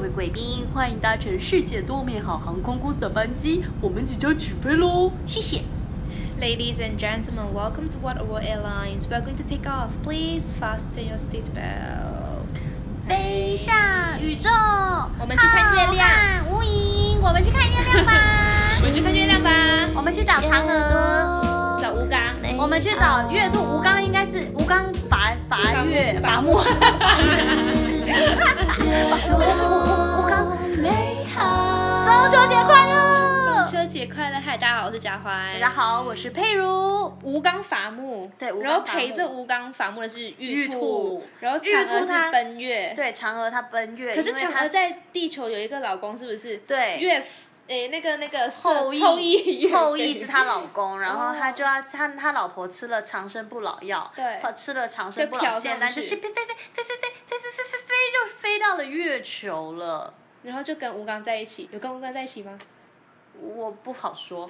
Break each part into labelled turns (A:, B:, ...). A: 位贵宾，欢迎搭乘世界多面好航空公司的班机，我们即将起飞喽！谢谢。
B: Ladies and gentlemen, welcome to What World Airlines. We're going to take off. Please fasten your seat belt.
C: 飞向宇宙，
B: 我们去看月亮，
C: 浩瀚无垠，我们去看月亮吧
B: 我们去看月亮吧，
C: 我们去找嫦娥，
B: 找吴刚。
C: 我们去找月兔。吴刚应该是吴刚伐伐月伐木。中秋节快乐！
B: 中秋节快乐！嗨，大家好，我是贾怀。
C: 大家好，我是佩如。
B: 吴刚伐木，
C: 对吴刚伐木
B: 然后陪着吴刚伐木的是玉
C: 玉兔
B: 然后嫦
C: 玉
B: 娥
C: 兔
B: 是
C: 它
B: 奔月，
C: 对，嫦娥她奔月，
B: 可是
C: 因为她
B: 嫦娥在地球有一个老公，是不是？
C: 对
B: 月夫，诶，那个那个是
C: 后羿
B: 后羿 岳飞，
C: 后羿是她老公，然后
B: 哦
C: 他就要他他老婆吃了长生不老药，
B: 对
C: 她吃了长生不
B: 就
C: 老
B: 飘
C: 仙
B: 上
C: 丹，就
B: 去
C: 是飞飞飞飞飞飞飞飞飞飞飞就飞到了月球了。
B: 然后就跟吴刚在一起，有跟吴刚在一起吗？
C: 我不好说，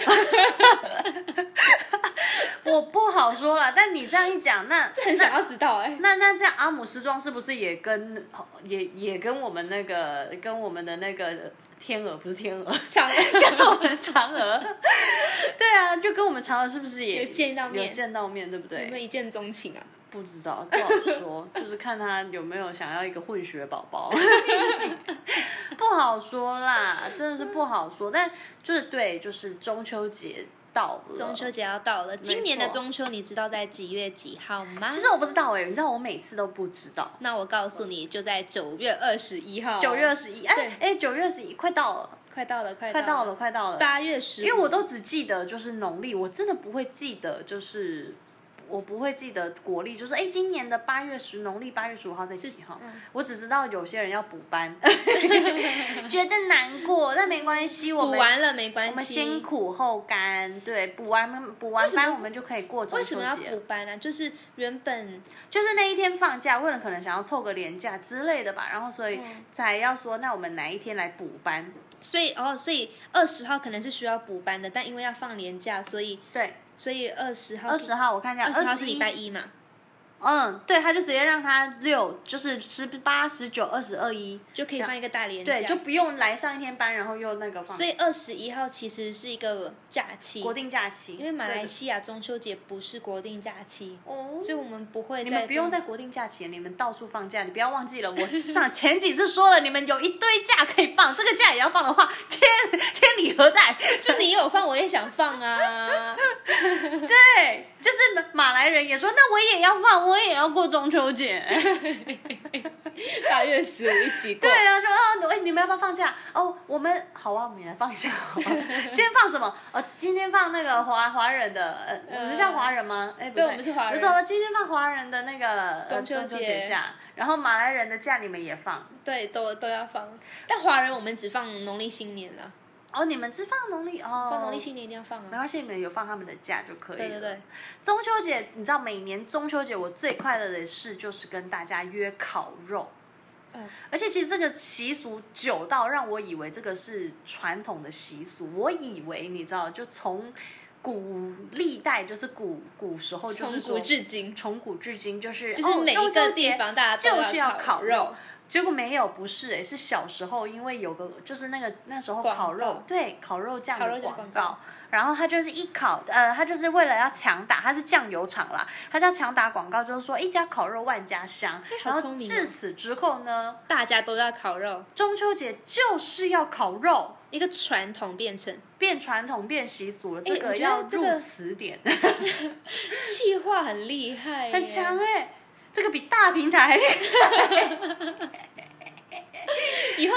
C: 我不好说了。但你这样一讲，那
B: 这很想要知道哎、
C: 那那这样，阿姆斯壮是不是也跟也也跟我们那个跟我们的那个天鹅不是天鹅，
B: 嫦
C: 跟我
B: 娥
C: 们嫦娥？ 对啊，就跟我们嫦娥是不是也
B: 有见到面
C: 有见到面，对不
B: 有没
C: 对？
B: 有一见钟情啊？
C: 不知道，不好 说，就是看他有没有想要一个混血宝宝，不好说啦，真的是不好说。但就是对，就是中秋节到了，
B: 中秋节要到了，今年的
C: 没错
B: 中秋你知道在几月几号吗？
C: 其实我不知道哎、你知道我每次都不知道。
B: 那我告诉你，就在九月二十一号，
C: 九月二十一，
B: 对
C: 哎哎，九月二十一快到了，
B: 快到了，快
C: 快
B: 到
C: 到，了，快到了。
B: 八月十，
C: 因为我都只记得就是农历，我真的不会记得就是。我不会记得国历，就是哎，今年的八月十，农历八月十五号在几号？
B: 嗯
C: 我只知道有些人要补 班，觉得难过，但没关系，我
B: 补
C: 们
B: 完了没
C: 我
B: 关
C: 们
B: 系，
C: 先苦后甘，对，补完补完
B: 为什么
C: 班我们就可以过中
B: 为
C: 秋
B: 什么要
C: 节
B: 补
C: 了。
B: 班呢、啊就是原本
C: 就是那一天放假，为了可能想要凑个年假之类的吧，然后所以
B: 嗯
C: 才要说，那我们哪一天来补班？
B: 所以哦，所以二十号可能是需要补班的，但因为要放年假，所以
C: 对，
B: 所以二十号
C: 二十号我看一下，
B: 二十号是
C: 21
B: 礼拜一嘛，
C: 嗯，对，他就直接让他六，就是十八、十九、二十二一，
B: 就可以放一个大连假。
C: 对，就不用来上一天班，然后又那个放
B: 所以二十一号其实是一个假期，
C: 国定假期，
B: 因为马来西亚中秋节不是国定假期，
C: 对的哦。
B: 所以我们不会
C: 你
B: 在
C: 们不用
B: 中
C: 在国定假期，你们到处放假，你不要忘记了。我 上前几次说了，你们有一堆假可以放，这个假也要放的话，天天理何在？
B: 就你有放我也想放 啊，
C: 对，就是马来人也说，那我也要放，我也要过中秋节。
B: 八月十五一起过
C: 对。啊，就哦，哎、你们要不要放假？哦，我们好啊，我们也来放一 下好吗。今天放什么？哦，今天放那个华华人的，呃，
B: 呃
C: 我们叫华人吗？哎、不
B: 对我们是华人
C: 比如说今天放华人的那个呃
B: 中秋节
C: 中节假，然后马来人的假你们也放。
B: 对，都都要放，但华人我们只放农历新年了，
C: 哦，你们只放农历哦，
B: 放农历新年一定要放
C: 没
B: 啊。
C: 关系，你们有放他们的假就可以了。
B: 对对对，
C: 中秋节，你知道每年中秋节我最快乐的事就是跟大家约烤肉。
B: 嗯
C: 而且其实这个习俗久到让我以为这个是传统的习俗，我以为你知道，就从古历代就是古古时候哦就是
B: 从
C: 说
B: 古至今，
C: 从古至今就是
B: 就是每一个地。
C: 哦中秋节
B: 方大家都
C: 就是要
B: 烤
C: 烤肉，结果没有，不是哎、是小时候因为有个就是那个那时候
B: 广
C: 烤肉
B: 告
C: 对烤肉酱
B: 烤肉
C: 的
B: 酱
C: 广
B: 广
C: 告
B: 告，
C: 然后他就是一烤呃，他就是为了要强打，他是酱油厂啦，他叫强打广告，就是说一家烤肉万家香，
B: 好
C: 然后
B: 聪明哦
C: 自此之后呢，
B: 大家都要烤肉，
C: 中秋节就是要烤肉，
B: 一个传统变成
C: 变传统变习俗了，这
B: 哎我
C: 个
B: 觉得
C: 要
B: 这
C: 入
B: 个
C: 词典，
B: 气化很厉害耶，
C: 很强哎、这个比大平台还厉害。
B: 以后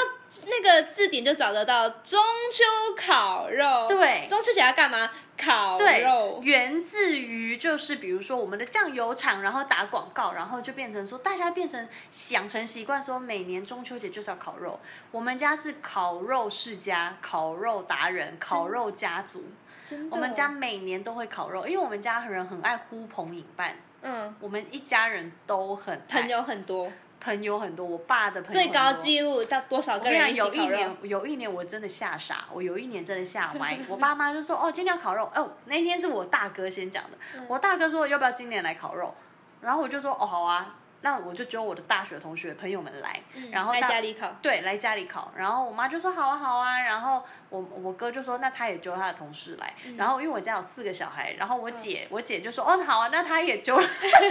B: 那个字典就找得到中秋烤肉。
C: 对
B: 中秋节要干嘛？烤
C: 对
B: 肉，。
C: 源自于就是比如说我们的酱油厂，然后打广告，然后就变成说大家变成养成习惯，说每年中秋节就是要烤肉。我们家是烤肉世家，烤肉达人，烤肉家族。
B: 真的
C: 我们家每年都会烤肉，因为我们家人很爱呼朋引伴，
B: 嗯，
C: 我们一家人都很爱
B: 朋友很多，
C: 朋友哎很多，我爸的朋友
B: 最高
C: 很多
B: 纪录到多少
C: 我
B: 个
C: 跟你
B: 人
C: 讲，
B: 一
C: 有一
B: 起烤肉
C: 年？，有一年我真的吓傻，我有一年真的吓歪。我爸妈就说：“哦，今天要烤肉。”哦，那
B: 嗯
C: 天是我大哥先讲的，我大哥说要不要今年来烤肉，然后我就说：“哦，好啊。”那我就揪我的大学同学朋友们来，
B: 嗯
C: 然后
B: 在
C: 大
B: 家里烤。
C: 对，来家里烤。然后我妈就说好啊好啊，然后我我哥就说那他也揪他的同事来，
B: 嗯
C: 然后因为我家有四个小孩，然后我姐、我姐就说哦好啊，那他也揪 了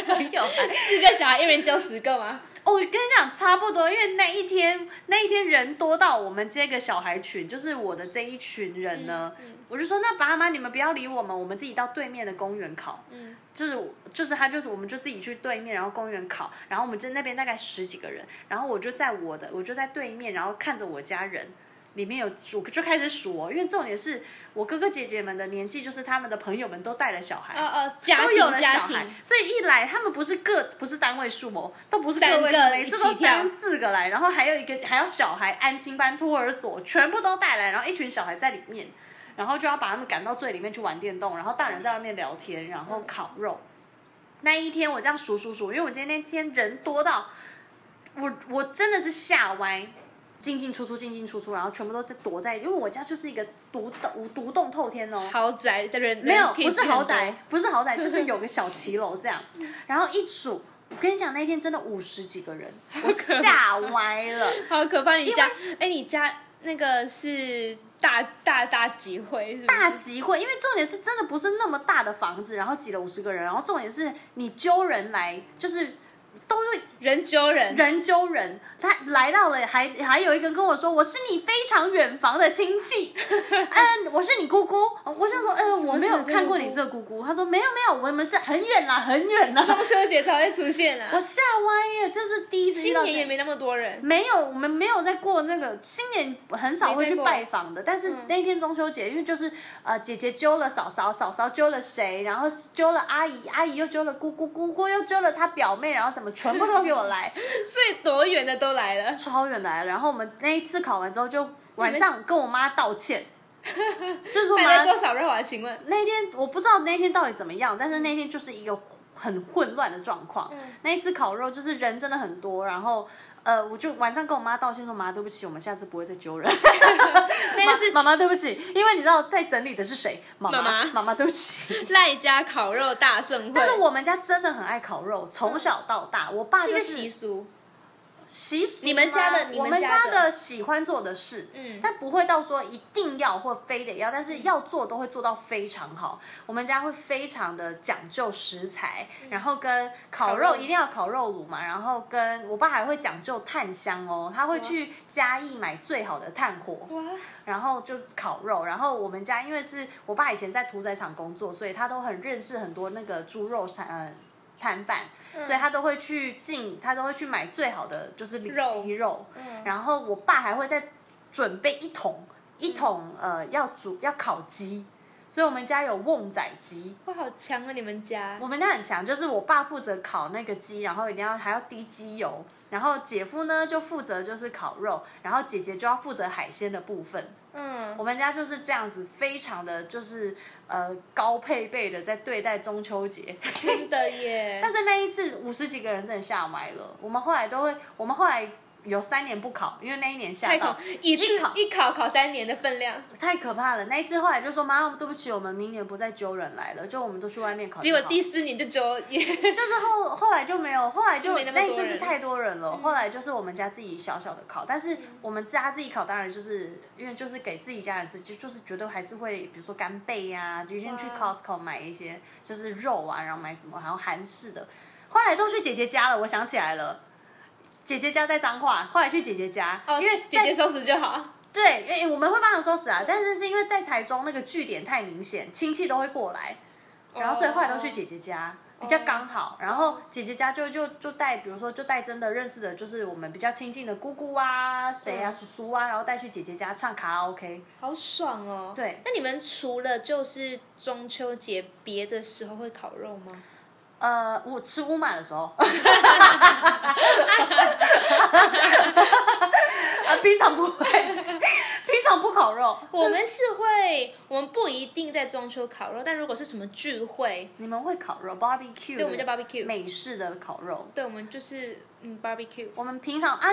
C: 朋友来。
B: 四个小孩，一人揪十个吗？
C: 哦，我跟你讲差不多，因为那一天那一天人多到我们这个小孩群，就是我的这一群人呢，我就说那爸妈你们不要理我们，我们自己到对面的公园烤。
B: 嗯，
C: 就是就是他就是我们就自己去对面，然后公园烤，然后我们就那边大概十几个人，然后我就在我的我就在对面，然后看着我家人。里面有数，就开始数哦，因为重点是我哥哥姐姐们的年纪，就是他们的朋友们都带了小孩，
B: 哦哦，家
C: 都有
B: 庭
C: 了
B: 家
C: 小孩
B: 庭，，
C: 所以一来他们不是个不是单位数哦，都不是个
B: 三
C: 位数，
B: 个
C: 每
B: 一
C: 次
B: 起
C: 都
B: 跳
C: 三四个来，然后还有一个还有小孩安亲班、托儿所，全部都带来，然后一群小孩在里面，然后就要把他们赶到最里面去玩电动，然后大人在外面聊天，然
B: 嗯
C: 后烤肉。那一天我这样数数数，因为我今天那天人多到我我真的是吓歪。进进出出，进进出出，然后全部都在躲在，因为我家就是一个独栋独栋透天哦，
B: 豪宅的人
C: 没有，
B: 可以
C: 不是
B: 去很
C: 豪宅
B: 多，
C: 不是豪 宅，就是有个小骑楼这样。
B: 嗯
C: 然后一数，我跟你讲，那一天真的五十几个 人，我吓歪了。
B: 好可怕！你家，哎，你家那个是大大大集会，是不
C: 大
B: 是？
C: 集会，因为重点是真的不是那么大的房子，然后挤了五十个人，然后重点是你揪人来，就是都会
B: 人揪人，
C: 人揪人，他来到了，还还有一个跟我说我是你非常远房的亲戚， 嗯，我是你姑姑。我想说，嗯、
B: 什
C: 我
B: 么
C: 没
B: 是
C: 有
B: 你这
C: 看
B: 姑
C: 过
B: 姑
C: 你这个姑姑。他说没有没有，我们是很远啦，很远啦。
B: 中秋节才会出现啊
C: 我。吓歪了，就是第一次遇
B: 新
C: 到
B: 年
C: 这
B: 也没那么多人，
C: 没有，我们没有在过那个新年，很少会去
B: 没在过
C: 拜访的。但是
B: 嗯
C: 那天中秋节，因为就是呃，姐姐揪了嫂嫂，嫂嫂揪了谁，然后揪了阿姨，阿姨又揪了姑姑，姑姑又揪了她表妹，然后什么全部都给我 来，
B: 所以多远的都来了。
C: 超远来。然后我们那一次考完之后，就晚上跟我妈道歉， 就是说
B: 卖了
C: 妈
B: 多少肉啊？请问？
C: 那天我不知道那天到底怎么样，但是那天就是一个很混乱的状况。
B: 嗯
C: 那一次烤肉就是人真的很多，然后呃，我就晚上跟我妈道歉说：“妈，对不起，我们下次不会再揪人。”那个是妈妈，对不起，因为你知道在整理的是谁？妈
B: 妈妈
C: 妈妈，对不起。
B: 赖家烤肉大盛会
C: 但是我们家真的很爱烤肉，从小到大，我爸
B: 是一
C: 就
B: 个
C: 是
B: 习俗，
C: 习俗吗，
B: 你们家的你
C: 我
B: 们
C: 们
B: 家的
C: 的喜欢做的事，
B: 嗯
C: 但不会到说一定要或非得要，但是要做都会做到非常好。我们家会非常的讲究食材，然后跟烤
B: 嗯烤
C: 肉
B: 肉
C: 一定要烤肉炉嘛，然后跟我爸还会讲究炭香哦，他会去嘉义买最好的炭火，
B: 哇，
C: 然后就烤肉。然后我们家因为是我爸以前在屠宰场工作，所以他都很认识很多那个猪肉摊呃摊贩，所以他都会去进，他都会去买最好的就是里
B: 肉
C: 脊肉。
B: 嗯
C: 然后我爸还会再准备一桶一桶、呃要煮要烤鸡，所以我们家有瓮仔鸡。
B: 哇，好强啊！你们家
C: 我们家很强，就是我爸负责烤那个鸡，然后一定要还要滴鸡油，然后姐夫呢就负责就是烤肉，然后姐姐就要负责海鲜的部分。
B: 嗯，
C: 我们家就是这样子，非常的就是呃高配备的在对待中秋节。
B: 真的耶。
C: 但是那一次五十几个人真的吓歪了，我们后来都会，我们后来有三年不考，因为那一年吓
B: 太
C: 到
B: 恐，一次
C: 一考
B: 一考考三年的分量，
C: 太可怕了。那一次后来就说妈，对不起，我们明年不再揪人来了，就我们都去外面考就
B: 结
C: 好。
B: 果第四年就 揪也
C: 就是后后来就没有，后来就
B: 就没那么
C: 那
B: 多
C: 一次是
B: 人嗯
C: 太多人了，后来就是我们家自己小小的烤，但是我们家自己烤，当然就是因为就是给自己家人吃，就就是觉得还是会比如说干贝呀、就先去
B: 哇
C: Costco 买一些就是肉啊，然后买什么，然后韩式的，后来都去姐姐家了，我想起来了。姐姐家在彰化，后来去姐姐家，
B: 哦，
C: 因为
B: 姐
C: 在
B: 姐收拾就好。
C: 对，因为我们会帮忙收拾啊，但是是因为在台中那个据点太明显，亲戚都会过来，然后所以后来都去
B: 哦
C: 姐姐家，比较刚好。然后姐姐家就就就带，比如说就带真的认识的，就是我们比较亲近的姑姑啊、谁啊、
B: 嗯
C: 叔叔啊，然后带去姐姐家唱卡拉 OK。
B: 好爽哦！
C: 对
B: 那你们除了就是中秋节，别的时候会烤肉
C: 嗯
B: 吗？
C: 呃，我吃乌马的时候，呃，平常不会，平常不烤肉。
B: 我们是会，我们不一定在中秋烤肉，但如果是什么聚会，
C: 你们会烤肉，barbecue，
B: 对，我们叫
C: 的
B: barbecue，
C: 美式的烤肉。
B: 对，我们就是嗯 barbecue。
C: 我们平常啊，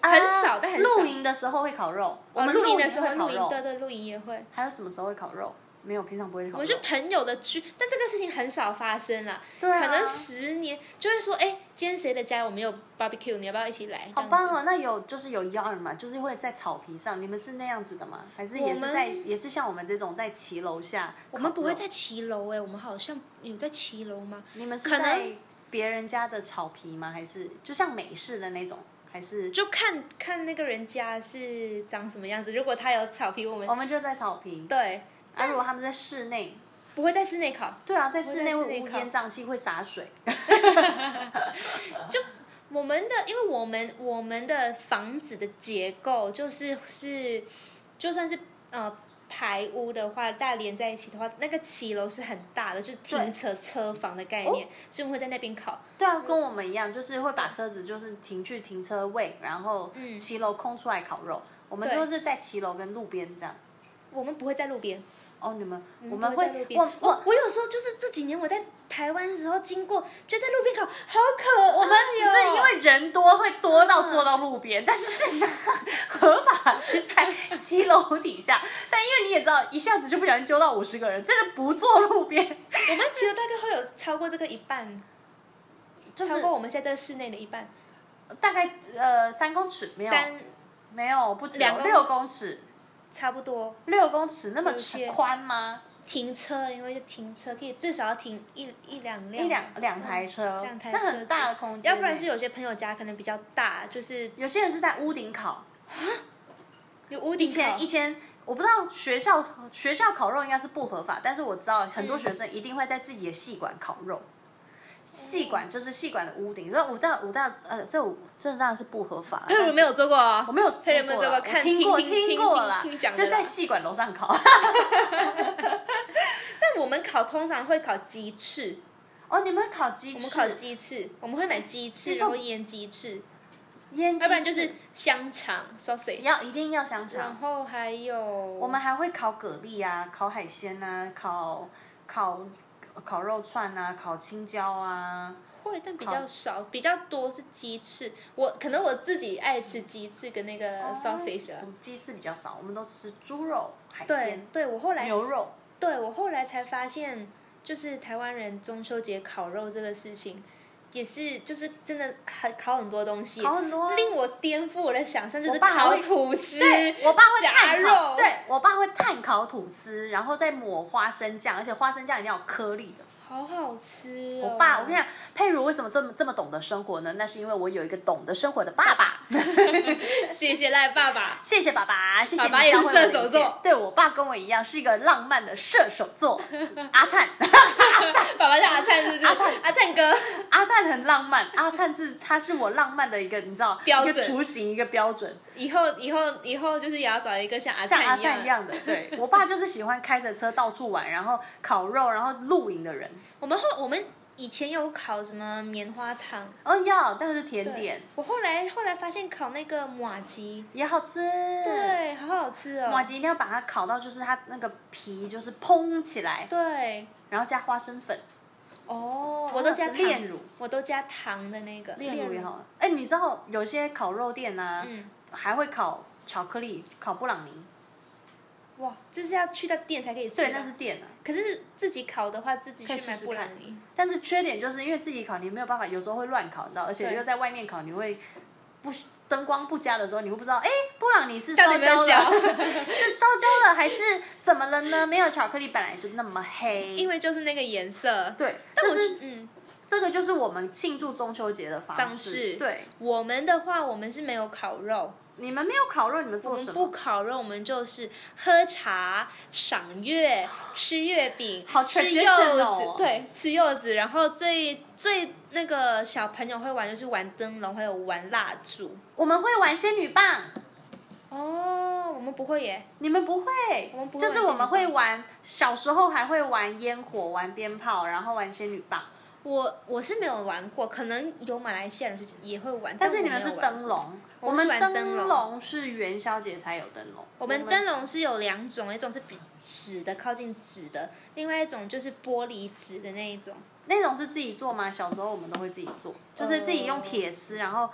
C: 啊
B: 很少但很少
C: 露营的时候会烤肉，我
B: 哦，
C: 们
B: 露营的
C: 营
B: 时候，
C: 会
B: 露
C: 烤
B: 营
C: 肉
B: 对，对，露营也会。
C: 还有什么时候会烤肉？没有，平常不会去
B: 我
C: 烤肉
B: 们。就朋友的聚，但这个事情很少发生啦。
C: 对啊
B: 可能十年就会说，哎、今天谁的家我们有 barbecue，你要不要一起来？
C: 好棒哦！那有就是有 yarn 嘛，就是会在草皮上。你们是那样子的吗？还是也是
B: 我们
C: 在也是像我们这种在骑楼下？
B: 我们不会。在骑楼哎，我们好像有在骑楼吗？
C: 你们是
B: 可能
C: 在别人家的草皮吗？还是就像美式的那种？还是
B: 就看看那个人家是长什么样子。如果他有草皮，我们、
C: 我们就在草皮？
B: 对
C: 啊，如果他们在室内，
B: 不会在室内烤。
C: 对啊，在室内
B: 我
C: 会
B: 在室内
C: 乌
B: 烤
C: 烟瘴气，会洒水。
B: 我们的，因为我们我们的房子的结构就是是，就算是呃排屋的话，大家连在一起的话，那个骑楼是很大的，就是停车车房的概念，所以我们会在那边烤。
C: 对啊，跟我们一样，就是会把车子就是停去停车位，然后
B: 嗯
C: 骑楼空出来烤肉。我们
B: 对
C: 就是在骑楼跟路边这样。
B: 我们不会在路边，
C: 哦，你们
B: 嗯
C: 我们
B: 不会在
C: 会
B: 路边哦
C: 我我
B: 我有时候就是这几年我在台湾的时候经过，就在路边烤，好可爱哦。
C: 我们只是因为人多会多到
B: 嗯
C: 坐到路边，但是事实上合法是在骑楼底下。但因为你也知道，一下子就不小心揪到五十个人，真的不坐路边，
B: 我们骑楼大概会有超过这个一半，
C: 就是
B: 超过我们现在这个室内的一半，
C: 大概呃三公尺没有
B: 三
C: 没有不止
B: 两
C: 有
B: 公
C: 六公尺，
B: 差不多。
C: 六公尺那么
B: 有些
C: 宽吗？
B: 停车，因为就停车可以最少要停一一两辆，嗯
C: 一两两台车，
B: 两台
C: 那
B: 车
C: 很大的空间欸。
B: 要不然是有些朋友家可能比较大，就是
C: 有些人是在屋顶烤，
B: 有屋
C: 以
B: 顶
C: 前以前我不知道学校学校烤肉应该是不合法，但是我知道很
B: 嗯
C: 多学生一定会在自己的戏馆烤
B: 哦
C: 肉。戏馆就是戏馆的屋顶，所以我当我当呃，这我这当然是不合法啦。
B: 佩如没有做过 啊，
C: 我没有
B: 佩如没有做
C: 啦
B: 过，
C: 我
B: 看
C: 听过
B: 听听
C: 过啦，
B: 听听讲的
C: 就
B: 啦
C: 在戏馆楼上 烤。
B: 但我们烤通常会烤鸡翅，
C: 哦，你们烤鸡
B: 我
C: 翅，
B: 们烤鸡翅，我们会买鸡翅，
C: 鸡翅
B: 然后腌鸡翅，
C: 腌鸡翅，
B: 要不然就是嗯香肠 sausage，
C: 要一定要香肠
B: 然。后还有我
C: 我们还会烤蛤蜊啊，烤海鲜啊，烤烤烤肉串啊，烤青椒啊。
B: 会，但比
C: 烤
B: 较少，比较多是鸡翅。我可能我自己爱吃鸡翅跟那个 sausage
C: 哦我
B: 啊。
C: 们鸡翅比较少，我们都吃猪肉、海
B: 对
C: 鲜、
B: 对，我后来
C: 牛肉。
B: 对我后来才发现，就是台湾人中秋节烤肉这个事情，也是就是真的还烤很多东西，
C: 烤很多啊
B: 令我颠覆我的想象，就
C: 我
B: 是
C: 爸还
B: 烤
C: 会
B: 吐司，
C: 对，我爸会
B: 夹
C: 炭烤，
B: 肉，
C: 对，我爸会炭烤吐司，然后再抹花生酱，而且花生酱一定要有颗粒的。
B: 好好吃、哦。
C: 我爸，我跟你讲，佩如为什么这么这么懂得生活呢？那是因为我有一个懂得生活的爸 爸。
B: 讲，谢谢赖爸爸。
C: 谢谢爸爸，谢谢
B: 爸爸
C: 你
B: 也是
C: 教会我的
B: 射
C: 一
B: 手
C: 切
B: 座
C: 对我爸跟我一样是一个浪漫的射手 座，阿灿。
B: 爸爸叫阿灿是不是？
C: 阿灿
B: 阿灿哥，
C: 阿灿很浪漫，阿灿是他是我浪漫的一个，你知道，
B: 标准
C: 一个雏形，一个标准，
B: 以后以后以后就是也要找一个像阿
C: 像阿
B: 灿
C: 灿一样的。对 我爸就是喜欢开着车到处玩，然后烤肉，然后露营的人。
B: 我们后我们以前有烤什么棉花糖
C: 哦要，但是甜
B: 对
C: 点
B: 我后来后来发现烤那个马吉，
C: 也好吃。，
B: 对，好好吃哦。
C: 嗯马吉一定要把它烤到，就是它那个皮就是蓬起来，
B: 对，
C: 然后加花生粉，
B: 哦，
C: 我
B: 我
C: 都
B: 都
C: 加
B: 加
C: 糖
B: 我都加糖的那个
C: 炼乳也。好。哎，你知道有些烤肉店呢、啊，
B: 嗯，
C: 还会烤巧克力，烤布朗尼。
B: 哇，这是要去到店才可以吃
C: 对，
B: 的
C: 那是店啊。
B: 可是自己烤的话，自己
C: 可以
B: 去
C: 试
B: 买
C: 试
B: 布朗尼。
C: 但是缺点就是因为自己烤，你没有办法，有时候会乱烤，你知道，而且
B: 对
C: 又在外面烤，你会不灯光不佳的时候，你会不知道，哎，布朗尼是
B: 到
C: 烧
B: 底有没
C: 焦
B: 有
C: 了， 是烧焦了还是怎么了呢？没有巧克力本来就那么黑，
B: 因为就是那个颜色。
C: 对，
B: 但
C: 但
B: 我
C: 是
B: 嗯，
C: 这个就是我们庆祝中秋节的方
B: 方式
C: 对，
B: 我们的话，我们是没有烤肉，
C: 你们没有烤肉，你们
B: 我
C: 做
B: 们
C: 什
B: 不
C: 么？
B: 烤肉，我们就是喝茶、赏 月、吃月饼、
C: 好
B: 吃柚
C: traditional 哦
B: 子，对，吃柚子。然后最最那个小朋友会玩就是玩灯笼，还有玩蜡烛。
C: 我们会玩仙女棒，
B: 哦，我们不会耶。
C: 你们不会，
B: 我们不会
C: 就
B: 玩
C: 是我们会
B: 仙女
C: 玩，小时候还会玩烟火、玩鞭炮，然后玩仙女棒。
B: 我我是没有玩过，可能有马来西亚人是也会玩，
C: 但
B: 但
C: 是你
B: 我
C: 们
B: 没有
C: 是
B: 玩
C: 灯笼，
B: 我们
C: 们
B: 是玩灯笼
C: 笼是元宵节才有灯笼。
B: 我们灯笼是有两种，一种是比纸的，靠近纸的；另外一种就是玻璃纸的那一种。
C: 那种是自己做吗？小时候我们都会自
B: 哦
C: 己做，就是自己用铁丝，然后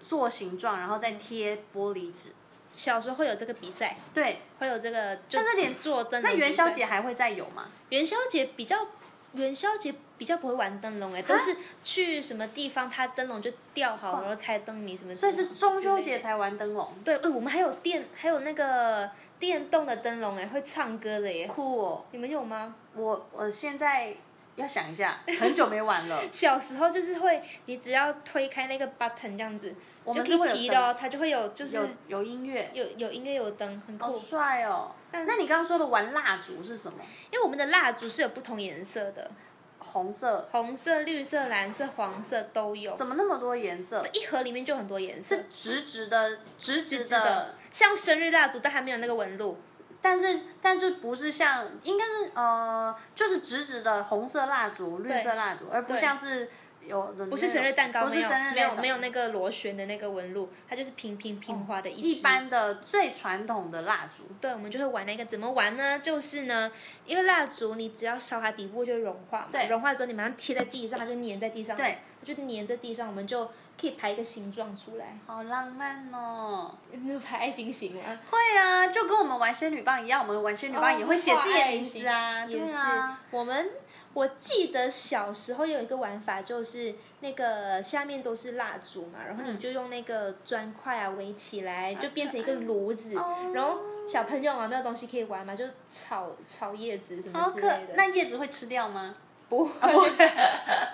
C: 做形状，然后再贴玻璃纸。
B: 小时候会有这个比赛，
C: 对，
B: 会有这个，就
C: 但是连
B: 坐灯。
C: 那元宵，节啊还会再有吗？
B: 元宵节比较，元宵节比较不会玩灯笼哎，都是去什么地方，它灯笼就吊好了，然后猜灯谜什么之
C: 哦所
B: 类
C: 以
B: 的。
C: 是中秋节才玩灯笼，
B: 对，哎，我们还有电，还有那个电动的灯笼哎，会唱歌的耶，
C: 酷哦！
B: 你们有吗？。
C: 我我现在要想一下，很久没玩了
B: 小时候就是会，你只要推开那个 button 这样子，
C: 我们
B: 就是可
C: 会
B: 以
C: 有
B: 提的哦，它就会有，就是
C: 有有音乐，
B: 有有音乐有灯，很
C: 好
B: 酷。
C: 帅哦！
B: 但
C: 那你刚刚说的玩蜡烛是什么？
B: 因为我们的蜡烛是有不同颜色的，
C: 红色，
B: 红色、绿色、蓝色、黄色都有，
C: 怎么那么多颜色？
B: 一盒里面就有很多颜色
C: 是。直直的，直直
B: 直
C: 的，
B: 直的，像生日蜡烛，但还没有那个纹路。
C: 但是但是不是像应该是呃，就是直直的红色蜡烛、绿色蜡烛，而不像是有
B: 不是生日蛋
C: 嗯
B: 糕，
C: 不是
B: 没有
C: 生日
B: 没有没
C: 有
B: 有那个螺旋的那个纹路，它就是平平平滑的一
C: 一
B: 一。
C: 般的最传统的蜡烛。
B: 对，我们就会玩那个，怎么玩呢？就是呢，因为蜡烛你只要烧它底部就融化嘛，
C: 对
B: 融化之后你马上贴在地上，它就粘在地上，
C: 对，
B: 它就粘在地上，我们就可以排一个形状出来，
C: 好浪漫哦！
B: 就排爱心形啊。
C: 会啊，就跟我们玩仙女棒一样，我们玩仙女棒
B: 哦
C: 也会写自己的名字
B: 画
C: 啊，
B: 爱心也
C: 对
B: 是
C: 啊，。
B: 我们我记得小时候有一个玩法，就是那个下面都是蜡烛嘛，然后你就用那个砖块嗯啊围起来，就变成一个炉子，
C: 哦
B: 然后小朋友嘛没有东西可以玩嘛，就炒炒叶子什么
C: 好
B: 之
C: 可
B: 类的，
C: 那叶子会吃掉吗？
B: 不会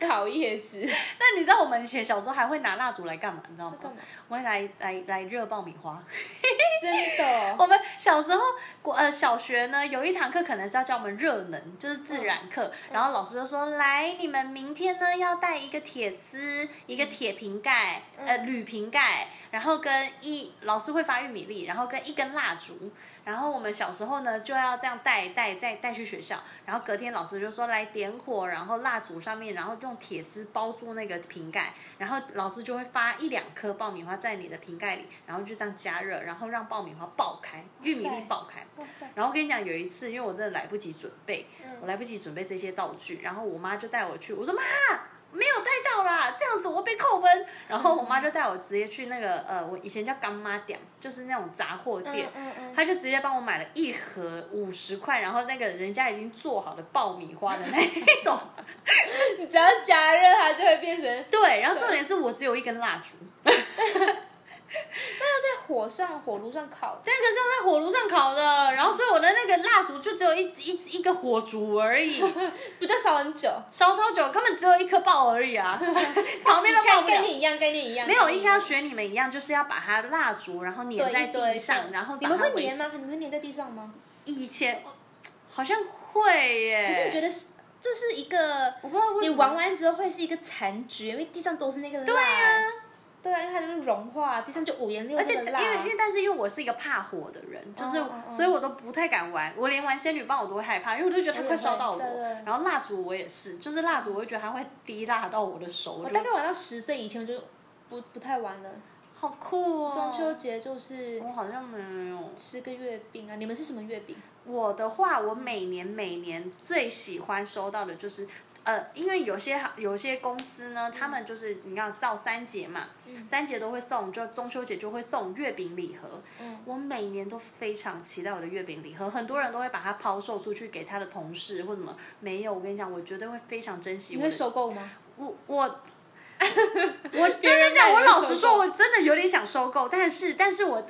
B: 烤叶子，
C: 那你知道我们以前小时候还会拿蜡烛来干嘛？你知道吗？
B: 干嘛？
C: 我会来来来热爆米花。
B: 真的哦。
C: 我们小时候，国呃小学呢有一堂课可能是要教我们热能，就是自然课，然后老师就说，来你们明天呢要带一个铁丝，一个铁瓶盖，呃铝瓶盖，然后跟一老师会发玉米粒，然后跟一根蜡烛。然后我们小时候呢，就要这样带带带带去学校，然后隔天老师就说来点火，然后蜡烛上面，然后用铁丝包住那个瓶盖，然后老师就会发一两颗爆米花在你的瓶盖里，然后就这样加热，然后让爆米花爆开，玉米粒爆开。
B: 哇塞，
C: 然后我跟你讲，有一次，因为我真的来不及准备，我
B: 嗯，
C: 来不及准备这些道具，然后我妈就带我去，我说妈。没有带到啦，这样子我会被扣分。然后我妈就带我直接去那个呃，我以前叫干妈店，就是那种杂货店
B: 嗯。嗯嗯，
C: 他就直接帮我买了一盒五十块，然后那个人家已经做好的爆米花的那一种，
B: 你只要加热它就会变成
C: 对，然后重点是我只有一根蜡烛，
B: 在火上火炉上烤的，
C: 那个是要在火炉上烤的，然后所以我的那个蜡烛就只有一一一个火烛而已，
B: 不就烧很久？
C: 烧烧酒根本只有一颗爆而已啊， 旁边都爆
B: 概
C: 不
B: 概
C: 了。
B: 念一样，概念一样。
C: 没有，应该要
B: 对
C: 学你们一样，就是要把它蜡烛，然后粘在
B: 一堆
C: 地上，然后
B: 你
C: 把
B: 们
C: 它
B: 会
C: 围
B: 粘
C: 起？
B: 吗？你们会粘在地上吗？
C: 以前哦好像会耶，
B: 可是你觉得是这是一个
C: 我不知道为
B: 你
C: 什么
B: 玩完之后会是一个残局，因为地上都是那个蜡。对啊，对啊，因为它就是融化，地上就五颜六
C: 而
B: 色
C: 且
B: 的
C: 因为
B: 蜡
C: 因。为但是因为我是一个怕火的人，就是、
B: 哦哦哦
C: 所以我都不太敢玩，我连玩仙女棒我都会害怕，因为我就觉得它快烧到我。
B: 我也会对对
C: 然后蜡烛我也是，就是蜡烛我会觉得它会滴蜡到我的手，
B: 我
C: 我就
B: 大概玩到十岁以前，我就不不太玩了。
C: 好酷哦。
B: 中秋节就是
C: 我好像没有。
B: 吃个月饼啊，你们是什么月饼？
C: 我的话，我每年每年最喜欢收到的就是。呃，因为有些有些公司呢，他们就是你要照三节嘛，三节都会送，就中秋节就会送月饼礼盒。
B: 嗯
C: 我每年都非常期待我的月饼礼盒，很多人都会把它抛售出去给他的同事或什么。没有，我跟你讲，我绝对会非常珍惜
B: 你
C: 我的
B: 会收购吗？
C: 我我
B: 我
C: 真的讲，我老实说，
B: 我
C: 我真的有点想收购，但是但是我。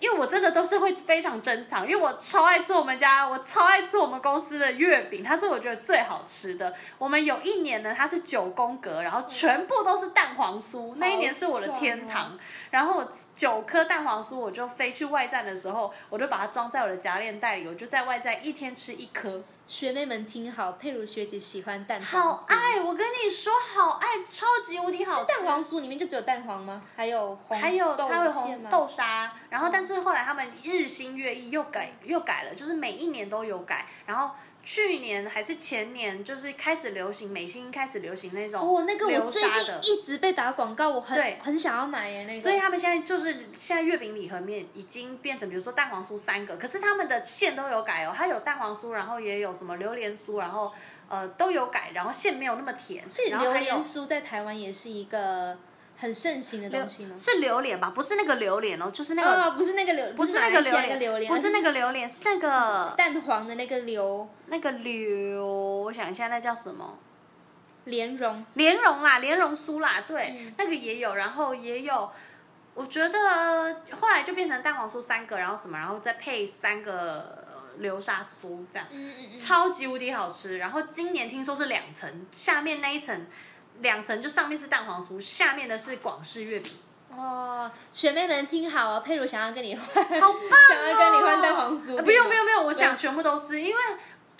C: 因为我真的都是会非常珍藏，因为我超爱吃我们家，我超爱吃我们公司的月饼，它是我觉得最好吃的。我们有一年呢，它是九宫格，然后全部都是蛋黄酥，那一年是我的
B: 哦
C: 天堂。然后我九颗蛋黄酥，我就飞去外站的时候，我就把它装在我的夹链袋里，我就在外站一天吃一颗。
B: 学妹们听好，佩如学姐喜欢蛋黄酥。
C: 好爱，我跟你说，好爱，超级无敌好吃。
B: 蛋黄酥里面就只有蛋黄吗？还有红
C: 还有
B: 豆
C: 它会
B: 馅
C: 红
B: 吗？
C: 豆沙，然后但是后来他们日新月异，又改又改了，就是每一年都有改。然后去年还是前年，就是开始流行美心开始流行那种
B: 哦，那个我
C: 流
B: 最
C: 沙
B: 近
C: 的。
B: 一直被打广告，我很
C: 对
B: 很想要买耶那个。
C: 所以他们现在就是现在月饼礼盒面已经变成，比如说蛋黄酥三个，可是他们的馅都有改哦，它有蛋黄酥，然后也有什么榴莲酥，然后呃都有改，然后馅没有那么甜，
B: 所以
C: 然后
B: 榴
C: 还有
B: 莲酥在台湾也是一个很盛行的东西吗？
C: 是榴莲吧？不是那个榴莲哦，就是那个、
B: 哦，不是那个榴，
C: 不
B: 是
C: 那
B: 马
C: 个
B: 来西亚那
C: 莲，
B: 榴莲，
C: 不是那
B: 个
C: 个榴莲，是那个
B: 蛋黄的那个榴
C: 那个榴，我想一下，那叫什么？
B: 莲蓉。
C: 莲蓉啦，莲蓉酥啦，对，
B: 嗯
C: 那个也有，然后也有。我觉得后来就变成蛋黄酥三个，然后什么，然后再配三个呃流沙酥这样，
B: 嗯嗯嗯，
C: 超级无敌好吃。然后今年听说是两层，下面那一层两层就上面是蛋黄酥，下面的是广式月饼，
B: 哦，学妹们听好哦，佩如想要跟你换，
C: 好棒、哦！
B: 想要跟你换蛋黄酥
C: 呃不用不用不用，我
B: 对
C: 想全部都吃，因为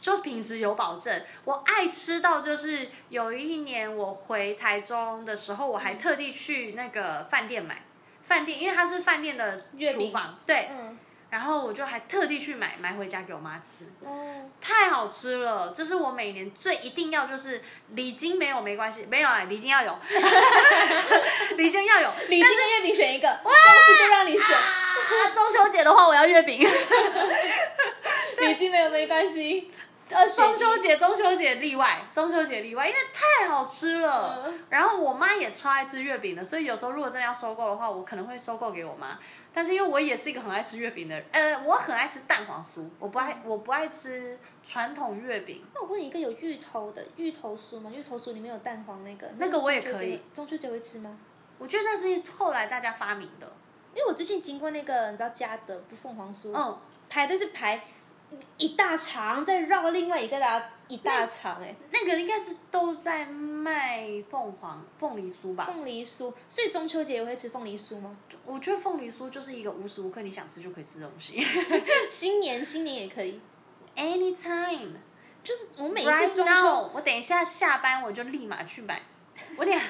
C: 就品质有保证。我爱吃到就是有一年我回台中的时候，我还特地去那个饭店买。饭店，因为它是饭店的
B: 月
C: 厨
B: 饼
C: 房，对，
B: 嗯，
C: 然后我就还特地去买，买回家给我妈吃，
B: 哦，
C: 太好吃了，这是我每年最一定要，就是礼金没有没关系，没有啊，礼金要有， 礼金要有，
B: 礼金跟月饼选一个，公司就让你选，
C: 啊，中秋节的话我要月饼。
B: 礼金没有没关系，呃，
C: 呃，中秋节，中秋节例外，中秋节例外，因为太好吃了。
B: 嗯
C: 然后我妈也超爱吃月饼的，所以有时候如果真的要收购的话，我可能会收购给我妈。但是因为我也是一个很爱吃月饼的人，呃，我很爱吃蛋黄酥，我不爱，我不爱吃传统月饼。
B: 那我问一个有芋头的芋头酥吗？芋头酥里面有蛋黄那个，
C: 那个我也
B: 中秋
C: 可
B: 节
C: 以
B: 会。中秋节会吃吗？
C: 我觉得那是后来大家发明的。
B: 因为我最近经过那个，你知道嘉德不凤凰酥，
C: 嗯，
B: 排队是排一大长，再绕另外一个大一大长、欸，
C: 那个应该是都在卖凤凰凤梨酥吧？
B: 凤梨酥，所以中秋节也会吃凤梨酥吗？
C: 我觉得凤梨酥就是一个无时无刻你想吃就可以吃的东西
B: 新年新年也可以，
C: ，anytime。
B: 就是我每一
C: Right
B: 次中
C: now，
B: 秋，
C: 我等一下下班我就立马去买。我等一下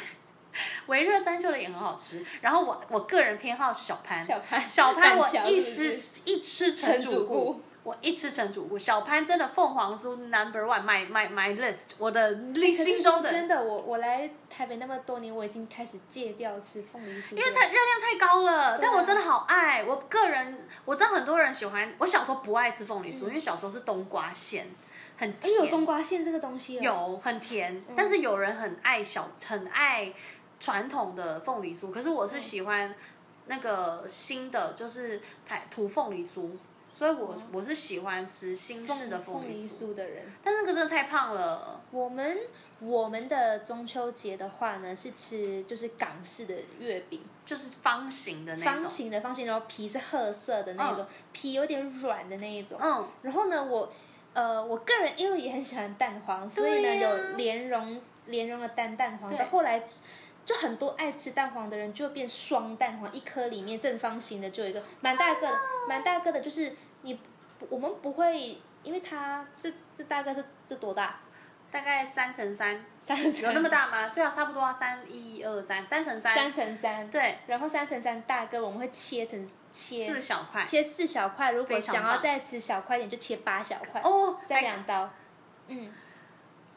C: 维热山丘的也很好吃，然后我我个人偏好小潘，
B: 小潘
C: 小潘我
B: 板桥
C: 一吃
B: 是不是
C: 一吃
B: 陈
C: 主
B: 主顾，
C: 我一吃陈主顾，小潘真的凤凰酥 number one my my my list，我的
B: 哎可是
C: 心
B: 说
C: 中的，
B: 真的，我我来台北那么多年，我已经开始戒掉吃凤梨酥，因
C: 因为它热量太高了，
B: 对啊
C: 但我真的好爱。我个人我知道很多人喜欢，我小时候不爱吃凤梨酥，因为小时候是冬瓜馅，很
B: 嗯哎
C: 甜。
B: 有嗯冬瓜馅这个东西哦，
C: 有很甜，但是有人很爱小，很爱传统的凤梨酥，可是
B: 嗯
C: 我是喜欢那个新的，就是台土凤梨酥，所以我、我是喜欢吃新式的
B: 哦凤
C: 凤
B: 梨
C: 梨酥，
B: 酥的人。
C: 但是那个真的太胖了。
B: 我们我们的中秋节的话呢，是吃就是港式的月饼，
C: 就是方形的那
B: 方
C: 种，
B: 形的方形，然后皮是褐色的那种，皮有点软的那一种。
C: 嗯，
B: 然后呢，我呃，我个人因为也很喜欢蛋黄，所以呢
C: 对呀
B: 有莲蓉莲蓉的蛋蛋黄。
C: 对
B: 到后来就很多爱吃蛋黄的人就变双蛋黄，一颗里面正方形的就有一个蛮大
C: 哦
B: 个的，蛮大个的，就是你我们不会，因为它这这大概是这多大？
C: 大概三乘三，
B: 三
C: 有那么大吗？对啊，差不多啊，三一二三，三乘三，
B: 三乘三，
C: 对，
B: 然后三乘三大哥我们会切成切
C: 四小块。
B: 切四小块，如果
C: 非常
B: 想要
C: 棒
B: 再吃小块一点就切八小块，
C: 哦，
B: 再两刀，嗯，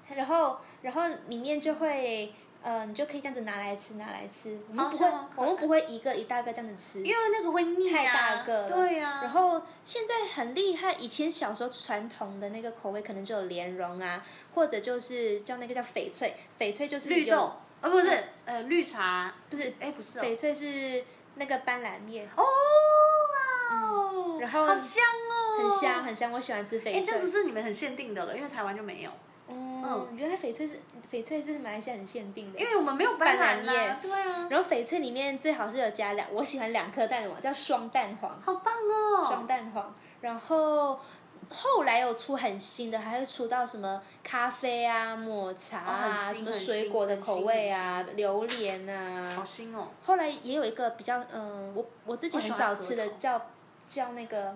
B: 然后然后里面就会。呃，你就可以这样子拿来吃，拿来吃。我们
C: 哦
B: 不
C: 是
B: 会
C: 吗，
B: 我们不会一个一大个这样子吃，
C: 因为那个会腻
B: 太
C: 啊，
B: 大个了。
C: 对呀、啊，
B: 然后现在很厉害，以前小时候传统的那个口味可能就有莲蓉啊，或者就是叫那个叫翡翠，翡翠就是
C: 绿
B: 有
C: 豆，，呃，不是，呃，绿茶，
B: 不是
C: 哎，不是哦
B: 翡翠是那个斑斓叶，
C: 哦，哇哦，
B: 嗯然后
C: 好香哦，
B: 很香。很香，我喜欢吃
C: 哎，
B: 翡
C: 这哦只
B: 翠。
C: 是你们很限定的了，因为台湾就没有，
B: 嗯，原来翡翠是翡翠是马来西亚很限定的
C: 因。为我们没有斑斓
B: 斑斓叶
C: 啦，对啊，
B: 然后翡翠里面最好是有加两，我喜欢两颗蛋黄，叫双蛋黄，
C: 好棒哦，
B: 双蛋黄。然后后来有出很新的，还会出到什么咖啡啊、抹茶
C: 哦
B: 啊、
C: 很新
B: 什么
C: 很新
B: 水果的口味啊、榴莲
C: 好
B: 啊。
C: 新哦，
B: 后来也有一个比较，嗯，我我自己
C: 我喜
B: 很
C: 欢
B: 少
C: 核
B: 吃的
C: 桃
B: 叫叫那个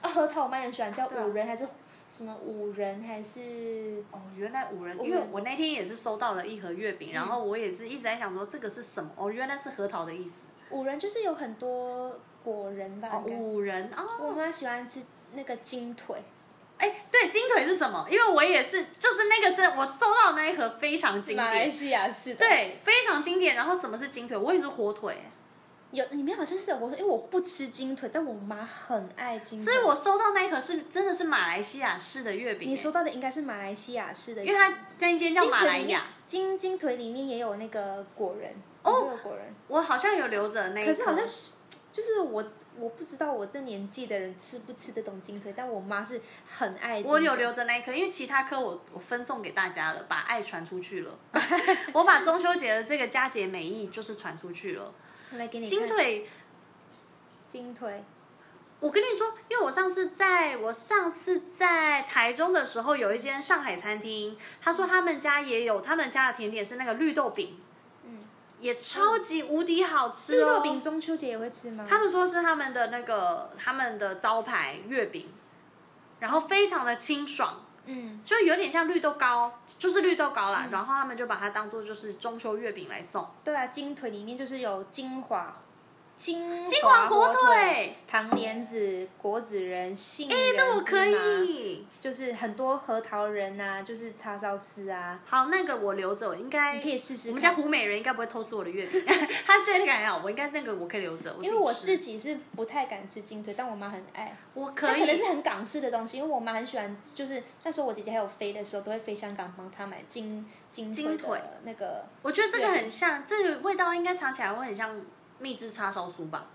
B: 啊核桃，我妈也很喜欢叫
C: 对啊
B: 五仁还是什么五仁还是
C: 哦，原来五仁，
B: 五
C: 因为
B: 仁
C: 我那天也是收到了一盒月饼，
B: 嗯
C: 然后我也是一直在想说这个是什么，哦，原来是核桃的意思，
B: 五仁就是有很多果仁吧？
C: 哦，
B: 应该
C: 五仁哦，
B: 我妈喜欢吃那个金腿，
C: 哎，对，金腿是什么？因为我也是，就是那个真，我收到的那一盒非常经
B: 马来
C: 典，
B: 西亚是的。，
C: 对，非常经典。然后什么是金腿？我也是火腿，哎
B: 有里面好像是有我说，因为我不吃金腿，但我妈很爱金腿。
C: 所以我收到那一盒是真的是马来西亚式的月饼、
B: 你收到的应该是马来西亚式的，
C: 欸，因为它那一间叫
B: 金
C: 马
B: 腿
C: 来
B: 里面
C: 亚，
B: 金金腿里面也有那个果仁，哦，外国人。
C: 我好像有留着那一
B: 可是好
C: 颗
B: 像是，就是我我不知道我这年纪的人吃不吃得懂金腿，但我妈是很爱金腿。
C: 我有留着那一颗，因为其他颗我我分送给大家了，把爱传出去了。 我把中秋节的这个佳节美意就是传出去了。
B: 我来给你
C: 金
B: 看
C: 腿，
B: 金腿，
C: 我跟你说，因为我上次在我上次在台中的时候，有一间上海餐厅，他说他们家也有，他们家的甜点是那个绿豆饼，
B: 嗯，
C: 也超级无敌好吃
B: 绿
C: 哦。
B: 豆饼中秋节也会吃吗？
C: 他们说是他们的那个他们的招牌月饼，然后非常的清爽，
B: 嗯，
C: 就有点像绿豆糕，就是绿豆糕啦。然后他们就把它当做就是中秋月饼来送。
B: 对啊，金腿里面就是有精华。金
C: 金华
B: 华
C: 火
B: 腿、
C: 腿，
B: 糖莲子、果子仁、杏仁、
C: 哎、这我可，以。
B: 就是很多核桃仁啊，就是叉烧丝啊，
C: 好，那个我留着，应该
B: 你可以试试看。
C: 我们家胡美人应该不会偷吃我的月饼， 她对那个还好，我应该那个我可以留着，
B: 因为我
C: 自
B: 自
C: 己吃
B: 己是不太敢吃金腿，但我妈很爱。
C: 我可
B: 那
C: 以，
B: 可能是很港式的东西，因为我妈很喜欢，就是那时候我姐姐还有飞的时候，都会飞香港帮她买金金
C: 金腿
B: 腿的那个。
C: 我觉得这个
B: 对
C: 很像，这个味道应该尝起来会很像蜜汁叉烧酥吧？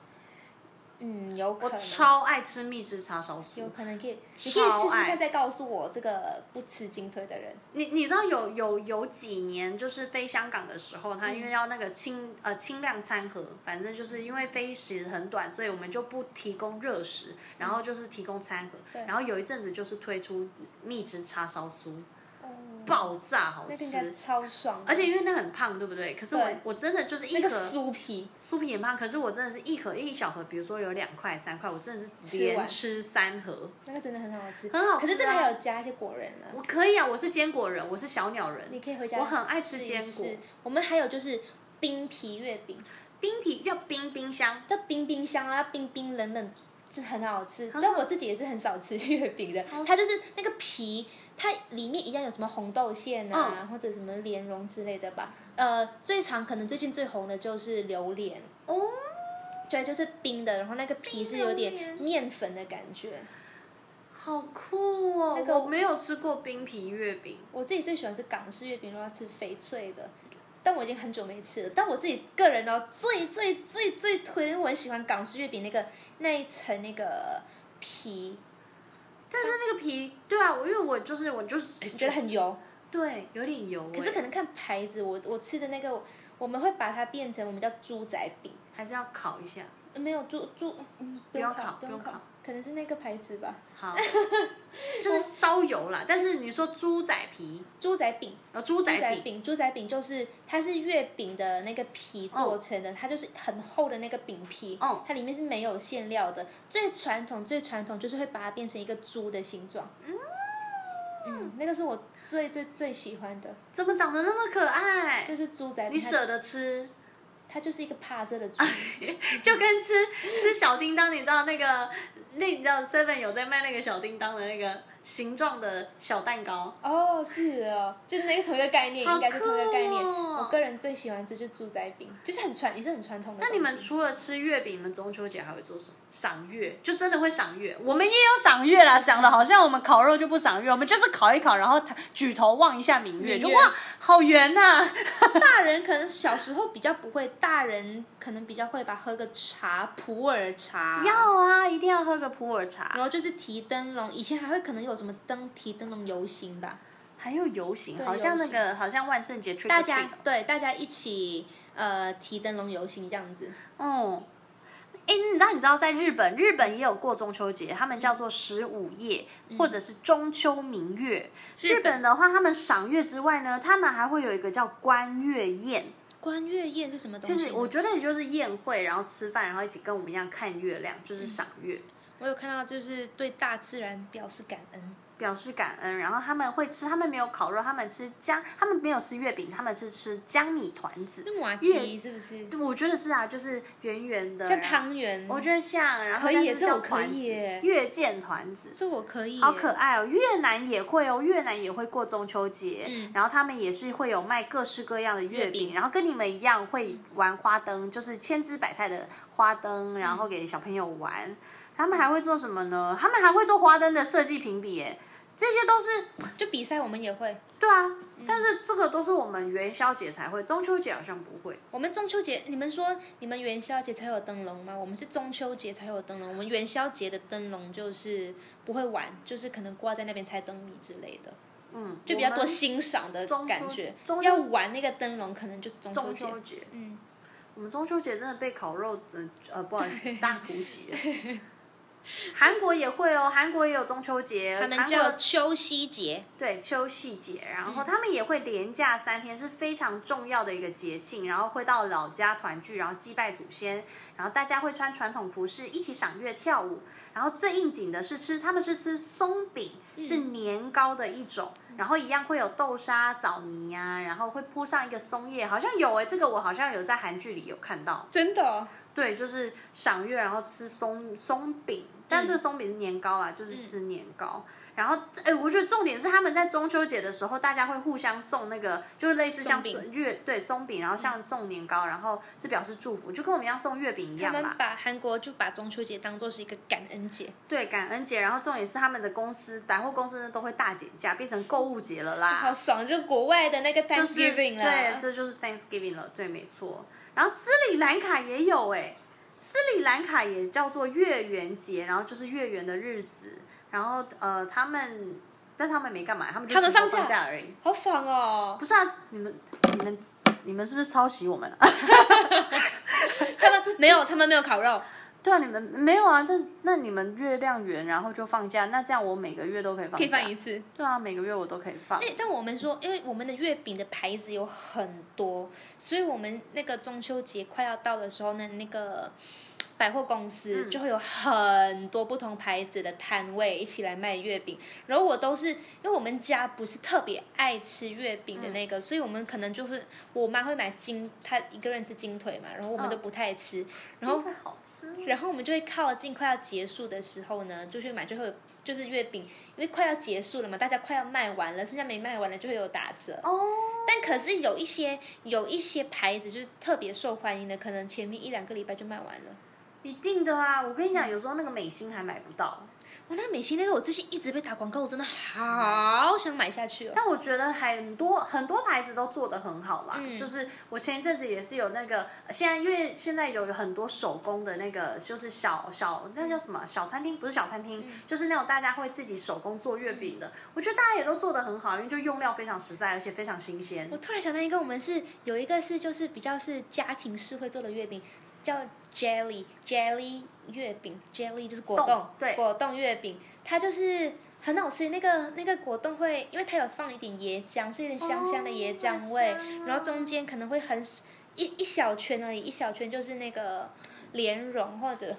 B: 嗯，有可
C: 我
B: 能，
C: 超爱吃蜜汁叉烧酥
B: 有，可能可以，你可以试
C: 超
B: 试
C: 爱
B: 看，再告诉我这个不吃金腿的人。
C: 你你知道有有有几年就是飞香港的时候，他因为要那个轻、呃轻量餐盒，反正就是因为飞时很短，所以我们就不提供热食，然后就是提供餐盒。
B: 对
C: 然后有一阵子就是推出蜜汁叉烧酥，嗯
B: 哦，
C: 爆炸好
B: 那个应
C: 吃
B: 该，超爽的，
C: 而且因为那很胖，对不对？可是我
B: 对
C: 我真的就是
B: 那
C: 一
B: 个
C: 盒
B: 酥皮，
C: 酥皮也胖，可是我真的是一盒一小盒，比如说有两块三块，我真的是
B: 吃
C: 连
B: 完
C: 吃三盒。
B: 那个真的很好吃，
C: 很好吃啊
B: 可是这个还有加一些果仁啊，
C: 我可以啊，我是坚果人，我是小鸟人。
B: 你可以回家。
C: 我很爱吃坚
B: 一
C: 果
B: 试。我们还有就是冰皮月饼，
C: 冰皮要冰冰箱，
B: 叫冰冰箱啊，冰冰冷冷，就很好吃。
C: 好
B: 但我自己也是很少吃月饼的
C: 好，
B: 它就是那个皮，它里面一样有什么红豆馅啊，
C: 嗯
B: 或者什么莲蓉之类的吧。呃，最常可能最近最红的就是榴莲。
C: 哦，
B: 对，就是冰的，然后那个皮是有
C: 冰榴
B: 点
C: 莲
B: 面粉的感觉。
C: 好酷哦！
B: 那个
C: 我没有吃过冰皮月饼，
B: 我自己最喜欢是港式月饼，如果要吃翡翠的，但我已经很久没吃了。但我自己个人呢，最最最最推，因为我很喜欢港式月饼那个那一层那个皮，
C: 但是那个皮，对啊，我因为我就是我就是哎
B: 觉得很油。
C: 对，有点油哎。
B: 可是可能看牌子，我我吃的那个，我们会把它变成我们叫猪仔饼，
C: 还是要烤一下。
B: 呃没有猪猪，嗯，
C: 不
B: 不用
C: 用烤
B: 烤，
C: 不
B: 不
C: 用
B: 用烤
C: 烤，
B: 可能是那个牌子吧，
C: 好，就是烧油啦。但是你说猪仔皮，
B: 猪仔饼。
C: 呃，猪
B: 猪
C: 仔
B: 仔
C: 饼，
B: 饼，猪仔饼就是它是月饼的那个皮做成的，它就是很厚的那个饼皮，
C: 哦
B: 它里面是没有馅料的。最传统最传统就是会把它变成一个猪的形状。嗯，那个是我最最最喜欢的，
C: 怎么长得那么可爱？
B: 就是猪仔
C: 哎你啊
B: 饼，它
C: 舍得吃？
B: 它就是一个趴着的猪。
C: 就跟吃吃小叮当，你知道那个那你知道 Seven 有在卖那个小叮当的那个形状的小蛋糕，
B: 哦，是哦，就那个同一个概念，
C: 好
B: 应该是同一个概念。
C: 酷哦
B: 我个人最喜欢吃就是猪仔饼，就是很传，也是很传统的东
C: 那
B: 西。
C: 你们除了吃月饼，你们中秋节还会做什么？赏月，就真的会赏月。我们也有赏月啦，想的好像我们烤肉就不赏月，我们就是烤一烤，然后举头望一下明月，
B: 明
C: 就
B: 月
C: 哇，好圆呐、
B: 大人可能小时候比较不会，大人可能比较会吧，喝个茶，普洱茶。
C: 要啊，一定要喝个普洱茶，
B: 然后就是提灯笼，以前还会可能有什么灯提灯笼游行吧，
C: 还有游行，
B: 对
C: 好像那
B: 游行
C: 个好像万圣节 trick or
B: 大家
C: treat 哦
B: 对大家一起呃提灯笼游行这样子，
C: 哦，哎，你知道你知道在日本，日本也有过中秋节，他们叫做十五夜、
B: 嗯
C: 或者是中秋明月。日本的话，他们赏月之外呢，他们还会有一个叫观月宴，
B: 观月宴是什么东
C: 就
B: 西呢？
C: 是我觉得也就是宴会，然后吃饭，然后一起跟我们一样看月亮，就是赏月。
B: 我有看到就是对大自然表示感恩，
C: 表示感恩，然后他们会吃，他们没有烤肉，他们吃姜，他们没有吃月饼，他们是吃江米团子。
B: 是马吉是不是？
C: 我觉得是啊，就是圆圆的，
B: 像
C: 然后
B: 汤圆，
C: 我觉得像，然后
B: 可以
C: 但
B: 耶
C: 是
B: 这
C: 叫
B: 我可
C: 团
B: 以
C: 子
B: 耶
C: 月见团子，
B: 这我可以耶，
C: 好可爱哦！越南也会哦，越南也会过中秋节，
B: 嗯
C: 然后他们也是会有卖各式各样的月
B: 月
C: 饼，
B: 饼
C: 然后跟你们一样会玩花灯，就是千姿百态的花
B: 嗯
C: 灯，然后给小朋友玩。他们还会做什么呢？他们还会做花灯的设计评比，耶，这些都是
B: 就嗯比赛我们也会，
C: 对啊，但是这个都是我们元宵节才会，中秋节好像不会。
B: 我们中秋节，你们说你们元宵节才有灯笼吗？我们是中秋节才有灯笼，我们元宵节的灯笼就是不会玩，就是可能挂在那边猜灯谜之类的，
C: 嗯，
B: 就比较
C: 我
B: 多
C: 们
B: 欣赏的
C: 中秋
B: 感觉。
C: 中秋
B: 要玩那个灯笼，可能就是中秋
C: 中
B: 节。
C: 秋节，
B: 嗯，
C: 我们中秋节真的被烤肉，呃呃，不好意思，大突袭。韩国也会哦，韩国也有中秋节，
B: 他们
C: 韩国
B: 叫秋夕节，
C: 对秋夕节，然后
B: 嗯
C: 他们也会连假三天，是非常重要的一个节庆，然后会到老家团聚，然后祭拜祖先，然后大家会穿传统服饰一起赏月跳舞，然后最应景的是吃，他们是吃松饼，是
B: 嗯
C: 年糕的一种，然后一样会有豆沙、枣泥呀、然后会铺上一个松叶，好像有哎、这个我好像有在韩剧里有看到，
B: 真的哦、
C: 对，就是赏月，然后吃松松饼，但
B: 嗯
C: 是松饼是年糕啦，就是吃年糕。然后，哎，我觉得重点是他们在中秋节的时候，大家会互相送那个，就是类似像
B: 松饼
C: 送月对松饼，然后像送年糕，然后是表示祝福，就跟我们一样送月饼一
B: 嗯他
C: 样
B: 们
C: 啦。
B: 把韩国就把中秋节当做是一个感恩节，
C: 对，感恩节，然后重点是他们的公司百货公司呢都会大减价，变成购物节了 啦。
B: 好爽！就国外的那个
C: 就是
B: Thanksgiving 啦，
C: 对，这就是 Thanksgiving 了，对，没错。然后斯里兰卡也有哎、斯里兰卡也叫做月圆节，然后就是月圆的日子。然后呃，他们但他们没干嘛，他们就
B: 他们
C: 只是
B: 放假
C: 放假而已。
B: 好爽哦！
C: 不是啊，你们你们你们是不是抄袭我们啊了、
B: 他们没有，他们没有烤肉，
C: 对啊，你们没有啊？这那你们月亮圆，然后就放假，那这样我每个月都可以放假，
B: 可以放一次。
C: 对啊，每个月我都可以放。
B: 哎，但我们说，因为我们的月饼的牌子有很多，所以我们那个中秋节快要到的时候呢，那个百货公司
C: 嗯
B: 就会有很多不同牌子的摊位一起来卖月饼。然后我都是因为我们家不是特别爱吃月饼的
C: 嗯
B: 那个，所以我们可能就是我妈会买金，她一个人吃金腿嘛，然后我们
C: 嗯
B: 都不太吃，然后
C: 真的好吃哦，
B: 然后我们就会靠近快要结束的时候呢，就去买，就会有就是月饼，因为快要结束了嘛，大家快要卖完了，剩下没卖完了就会有打折。
C: 哦
B: 但可是有一些有一些牌子就是特别受欢迎的，可能前面一两个礼拜就卖完了。
C: 一定的啊！我跟你讲，有时候那个美心还买不到。
B: 哇，那美心那个我最近一直被打广告，我真的好想买下去哦。
C: 但我觉得很多很多牌子都做得很好啦，
B: 嗯
C: 就是我前一阵子也是有那个，现在因为现在有很多手工的那个，就是小小那叫什么小餐厅，不是小餐厅，
B: 嗯
C: 就是那种大家会自己手工做月饼的，我觉得大家也都做得很好，因为就用料非常实在，而且非常新鲜
B: 我。突然想到一个，我们是有一个是就是比较是家庭式会做的月饼，叫 jelly jelly 月饼，jelly 就是果冻
C: 冻，对
B: 果冻月饼，它就是很好吃。那个那个果冻会，因为它有放一点椰浆，所以有点香香的椰浆味，
C: 哦好香啊
B: 然后中间可能会很一一小圈而已，一小圈就是那个莲蓉或者。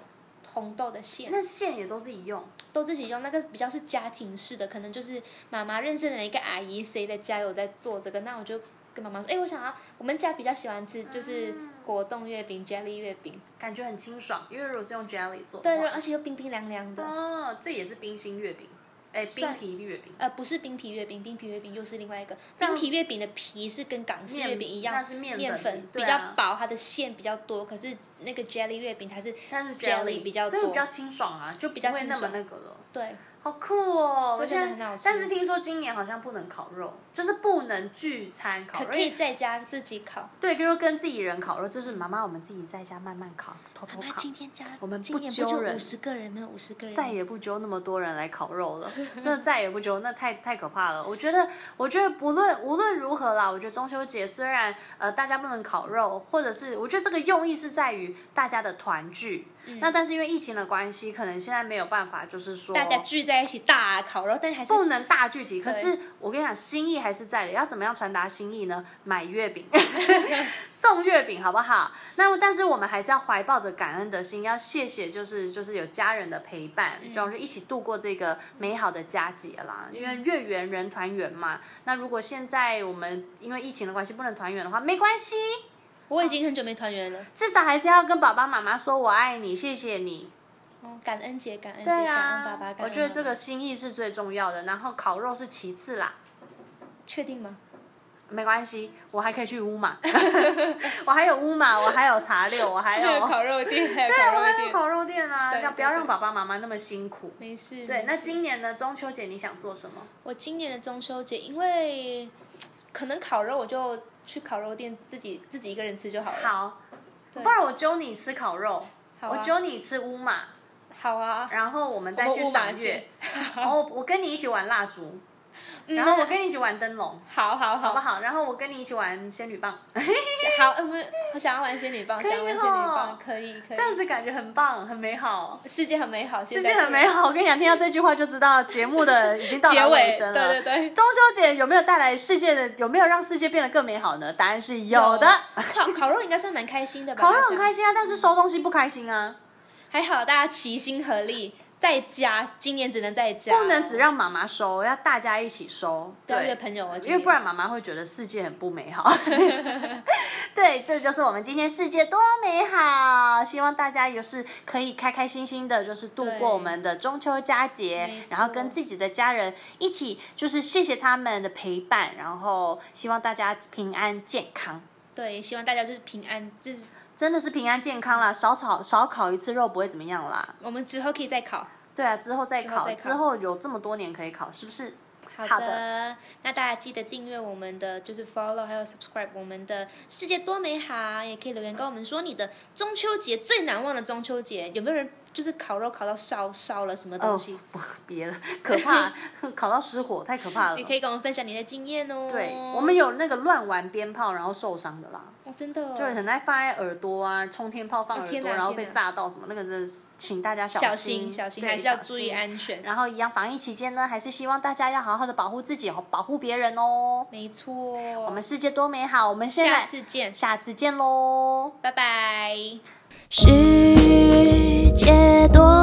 B: 红豆的馅
C: 那馅也都是一用，
B: 都自己用，那个比较是家庭式的，可能就是妈妈认识的一个阿姨，谁的家有在做这个，那我就跟妈妈说，哎、我想要，我们家比较喜欢吃就是
C: 嗯
B: 果冻月饼、jelly 月饼，
C: 感觉很清爽，因为如果是用 jelly 做
B: 对，
C: 的
B: 然后
C: 话，
B: 而且又冰冰凉凉的，
C: 哦，这也是冰心月饼，哎，冰
B: 算
C: 皮月饼，
B: 呃，不是冰皮月饼，冰皮月饼又是另外一个，
C: 这样
B: 冰皮月饼的皮是跟港式
C: 面
B: 月饼一样，
C: 那是面
B: 面
C: 粉
B: 比
C: 对
B: 较
C: 啊
B: 薄，它的馅比较多，可是那个 jelly 月饼它是
C: 但是
B: jelly 比较
C: 所以
B: 多
C: 比较清爽啊，就
B: 比较
C: 不会
B: 清
C: 那么
B: 爽
C: 那个了。
B: 对，
C: 好酷哦！
B: 这
C: 我
B: 真的
C: 现
B: 很
C: 在
B: 好吃，
C: 但是听说今年好像不能烤肉，就是不能聚餐烤
B: 可
C: 肉。
B: 可以在家自己烤。
C: 对，就是跟自己人烤肉，就是妈妈我们自己在家慢慢烤，偷偷
B: 妈妈
C: 烤，
B: 今天家
C: 我们不
B: 今年不
C: 揪
B: 就
C: 人
B: 五十个人吗？五十个人
C: 再也不揪那么多人来烤肉了，真的再也不揪，那太太可怕了。我觉得，我觉得不论无论如何啦，我觉得中秋节虽然呃大家不能烤肉，或者是我觉得这个用意是在于大家的团聚。
B: 嗯
C: 那但是因为疫情的关系，可能现在没有办法，就是说
B: 大家聚在一起大烤肉，但还是
C: 不能大聚集，可
B: 对
C: 是我跟你讲，心意还是在的。要怎么样传达心意呢？买月饼， 送月饼，好不好？那但是我们还是要怀抱着感恩的心，要谢谢，就是就是有家人的陪伴，就是一起度过这个美好的佳节啦。因为月圆人团圆嘛。那如果现在我们因为疫情的关系不能团圆的话，没关系，
B: 我已经很久没团圆了。
C: 至少还是要跟爸爸妈妈说我爱你，谢谢你。
B: 哦，感恩节，感恩节，
C: 对
B: 感恩
C: 呀、
B: 爸爸，感恩
C: 我觉得这
B: 妈
C: 个
B: 妈
C: 心意是最重要的，然后烤肉是其次啦。
B: 确定吗？
C: 没关系，我还可以去乌马， 我还有乌马，我还有茶六，我还
B: 还
C: 有
B: 有 烤肉店，还有
C: 对，
B: 烤
C: 我
B: 肉
C: 还有
B: 店，
C: 烤肉店啊，
B: 对
C: 要
B: 对
C: 不要
B: 对
C: 让爸爸妈妈那么辛苦？
B: 没事。
C: 对，那
B: 没事
C: 今年呢，中秋节你想做什么？
B: 我今年的中秋节，因为可能烤肉，我就去烤肉店自己自己一个人吃就好啊了。
C: 好，
B: 对
C: 不然我揪你吃烤肉，
B: 好
C: 我
B: 啊
C: 揪你吃乌马，
B: 好啊，
C: 然后我们再
B: 我们
C: 去
B: 乌马
C: 赏月
B: 见，
C: 然后我跟你一起玩蜡烛，
B: 嗯
C: 然后我跟你一起玩灯笼，
B: 好
C: 好
B: 好好
C: 不好？然后我跟你一起玩仙女棒，
B: 好，我们我想要玩仙女棒，
C: 可以
B: 想要玩仙女
C: 哦
B: 棒，可以可
C: 这样
B: 以，
C: 子感觉很棒，很美好。
B: 世界很美好，世
C: 世界很美好，我跟你讲，听到这句话就知道节目的已经到
B: 结
C: 达
B: 尾，
C: 声
B: 对
C: 了。
B: 对对，
C: 中秋节有没有带来世界的有没有让世界变得更美好呢？答案是有的。
B: 烤烤肉应该算蛮开心的吧？
C: 烤肉很
B: 大家
C: 开心啊，但是收东西不开心啊，
B: 还好大家齐心合力，在家今年只能在家，
C: 不能只让妈妈收，要大家一起收。
B: 不要约
C: 对，
B: 朋友啊，今
C: 因为
B: 年
C: 不然妈妈会觉得世界很不美 好。 对，哎这就是我们今天世界多美好，希望大家也是可以开开心心的，就是度
B: 对
C: 过我们的中秋佳节
B: 没，
C: 然后
B: 错
C: 跟自己的家人一起，就是谢谢他们的陪伴，然后希望大家平安健康。
B: 对，希望大家就是平安，就是
C: 真的是平安健康啦，少炒少烤一次肉不会怎么样啦。
B: 我们之后可以再烤。
C: 对啊，之后再
B: 哦之后
C: 烤，
B: 再烤
C: 之后有这么多年可以烤，是不是？
B: 好的，
C: 好的
B: 那大家记得订阅我们的，就是 follow 还有 subscribe 我们的世界多美好，也可以留言跟我们说你的中秋节最难忘的中秋节，有没有人就是烤肉烤到烧烧了什么东西？
C: 哦不，别了，可 怕，烤到失火，太可怕了
B: 也。可以跟我们分享你的经验哦。
C: 对，我们有那个乱玩鞭炮然后受伤的啦，
B: 哦真的、哦、
C: 就是很爱放在耳朵啊，冲天炮放
B: 哦
C: 耳
B: 天
C: 朵，
B: 哪
C: 然后被
B: 天哪
C: 炸到什么，那个真的是，请大家
B: 小
C: 心，
B: 心小心，
C: 对
B: 还是要注意。
C: 小心
B: 安全。
C: 然后一样，防疫期间呢，还是希望大家要好好的保护自己，保护别人哦。
B: 没错，
C: 我
B: 我
C: 们世界多美好，我们现在
B: 下次见，
C: 下次见喽。
B: 拜拜。
D: 世界多